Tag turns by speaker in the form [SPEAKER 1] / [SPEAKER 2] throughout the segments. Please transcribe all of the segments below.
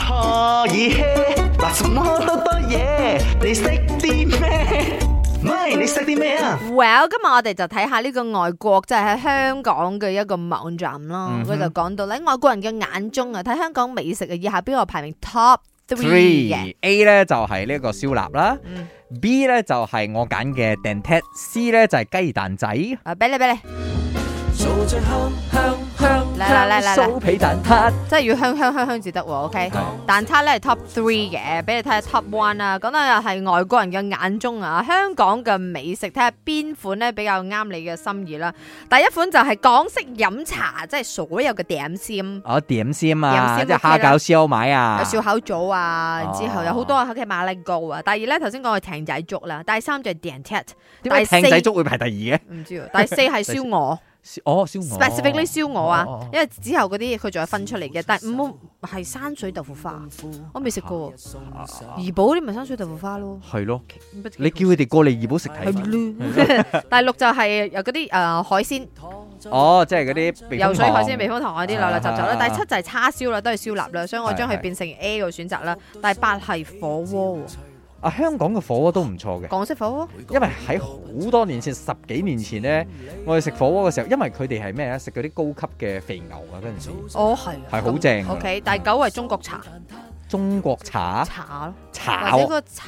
[SPEAKER 1] 我已 hea，嗱什麼多多嘢，你識啲咩？咪你識啲咩啊？
[SPEAKER 2] Well，今日我哋就睇下呢個外國，即係喺香港嘅一個網站咯。
[SPEAKER 3] 嗯哼
[SPEAKER 2] 佢就講到咧，外國人嘅眼中啊，睇香港美食嘅以下邊個排名 top three 嘅。
[SPEAKER 3] Three A 咧就係呢一個燒臘啦
[SPEAKER 2] 嗯
[SPEAKER 3] ，B 咧就係我揀嘅 d e n t e c 咧就係雞蛋仔，嚟
[SPEAKER 2] 啊，俾你俾你，
[SPEAKER 4] 做最香香香
[SPEAKER 2] 嚟嚟嚟嚟嚟，
[SPEAKER 3] 酥皮蛋撻。
[SPEAKER 2] 真係要香香香香至得喎。OK，蛋撻咧係 top three 嘅，俾你睇下 top one 啦。講到又係外國人嘅眼中啊，香港嘅美食睇下邊款咧比較啱你嘅心意啦。第一款就係港式飲茶，即係所有嘅點心。
[SPEAKER 3] 哦，點先
[SPEAKER 2] 點
[SPEAKER 3] 啊，
[SPEAKER 2] 先
[SPEAKER 3] 即係
[SPEAKER 2] OK 啦
[SPEAKER 3] 蝦餃燒賣啊，
[SPEAKER 2] 有笑口棗啊，
[SPEAKER 3] 哦
[SPEAKER 2] 之後有好多嘅馬力糕啊。第二咧，頭先講係艇仔粥啦，第三就係 d a n t e t
[SPEAKER 3] 點解
[SPEAKER 2] 第四
[SPEAKER 3] 艇仔粥會排第二嘅？
[SPEAKER 2] 唔知喎，第四係燒 鵝
[SPEAKER 3] 哦，燒鵝
[SPEAKER 2] ，specifically 燒鵝啊
[SPEAKER 3] 哦哦哦，
[SPEAKER 2] 因為之後嗰啲佢仲有分出嚟嘅。第五係山水豆腐花，我未食過喎。怡寶啲咪山水豆腐花咯，
[SPEAKER 3] 係咯，
[SPEAKER 2] 不知
[SPEAKER 3] 哦你叫佢哋過嚟怡寶食睇飯。
[SPEAKER 2] 第六就係有嗰啲誒海鮮，
[SPEAKER 3] 哦，即係嗰啲避風
[SPEAKER 2] 游水海鮮、
[SPEAKER 3] 塘
[SPEAKER 2] 避風塘嗰啲垃垃雜雜啦。
[SPEAKER 3] 啊
[SPEAKER 2] 第七就係叉燒啦，都係燒臘啦，所以我將佢變成 A 個選擇啦。第八係火鍋喎，
[SPEAKER 3] 啊，香港嘅火鍋都唔錯嘅，
[SPEAKER 2] 港式火鍋。
[SPEAKER 3] 因為喺好多年前，十幾年前咧，我哋食火鍋嘅時候，因為佢哋係咩咧，食嗰啲高級嘅肥牛啊，嗰陣時
[SPEAKER 2] 哦，係啊
[SPEAKER 3] 係好正㗎
[SPEAKER 2] O K，第九係中國茶
[SPEAKER 3] 中國茶
[SPEAKER 2] 茶咯，
[SPEAKER 3] 茶
[SPEAKER 2] 或者嗰個茶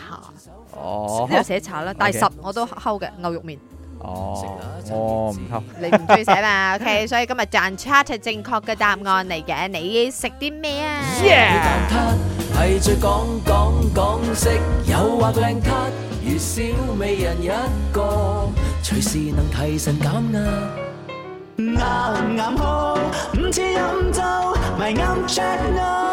[SPEAKER 3] 哦
[SPEAKER 2] 呢度寫茶啦。第
[SPEAKER 3] OK
[SPEAKER 2] 十我都溝嘅牛肉麵，
[SPEAKER 3] 哦，我唔溝
[SPEAKER 2] 你唔中意寫 嘛？O K，所以今日賺 chat 係正確嘅答案嚟嘅。你食啲咩啊？
[SPEAKER 4] 蛋撻係最講講講式，誘惑靚撻，如小美人一個，隨時能提神減壓。
[SPEAKER 1] 啱唔啱好？唔似飲酒，咪啱 check no。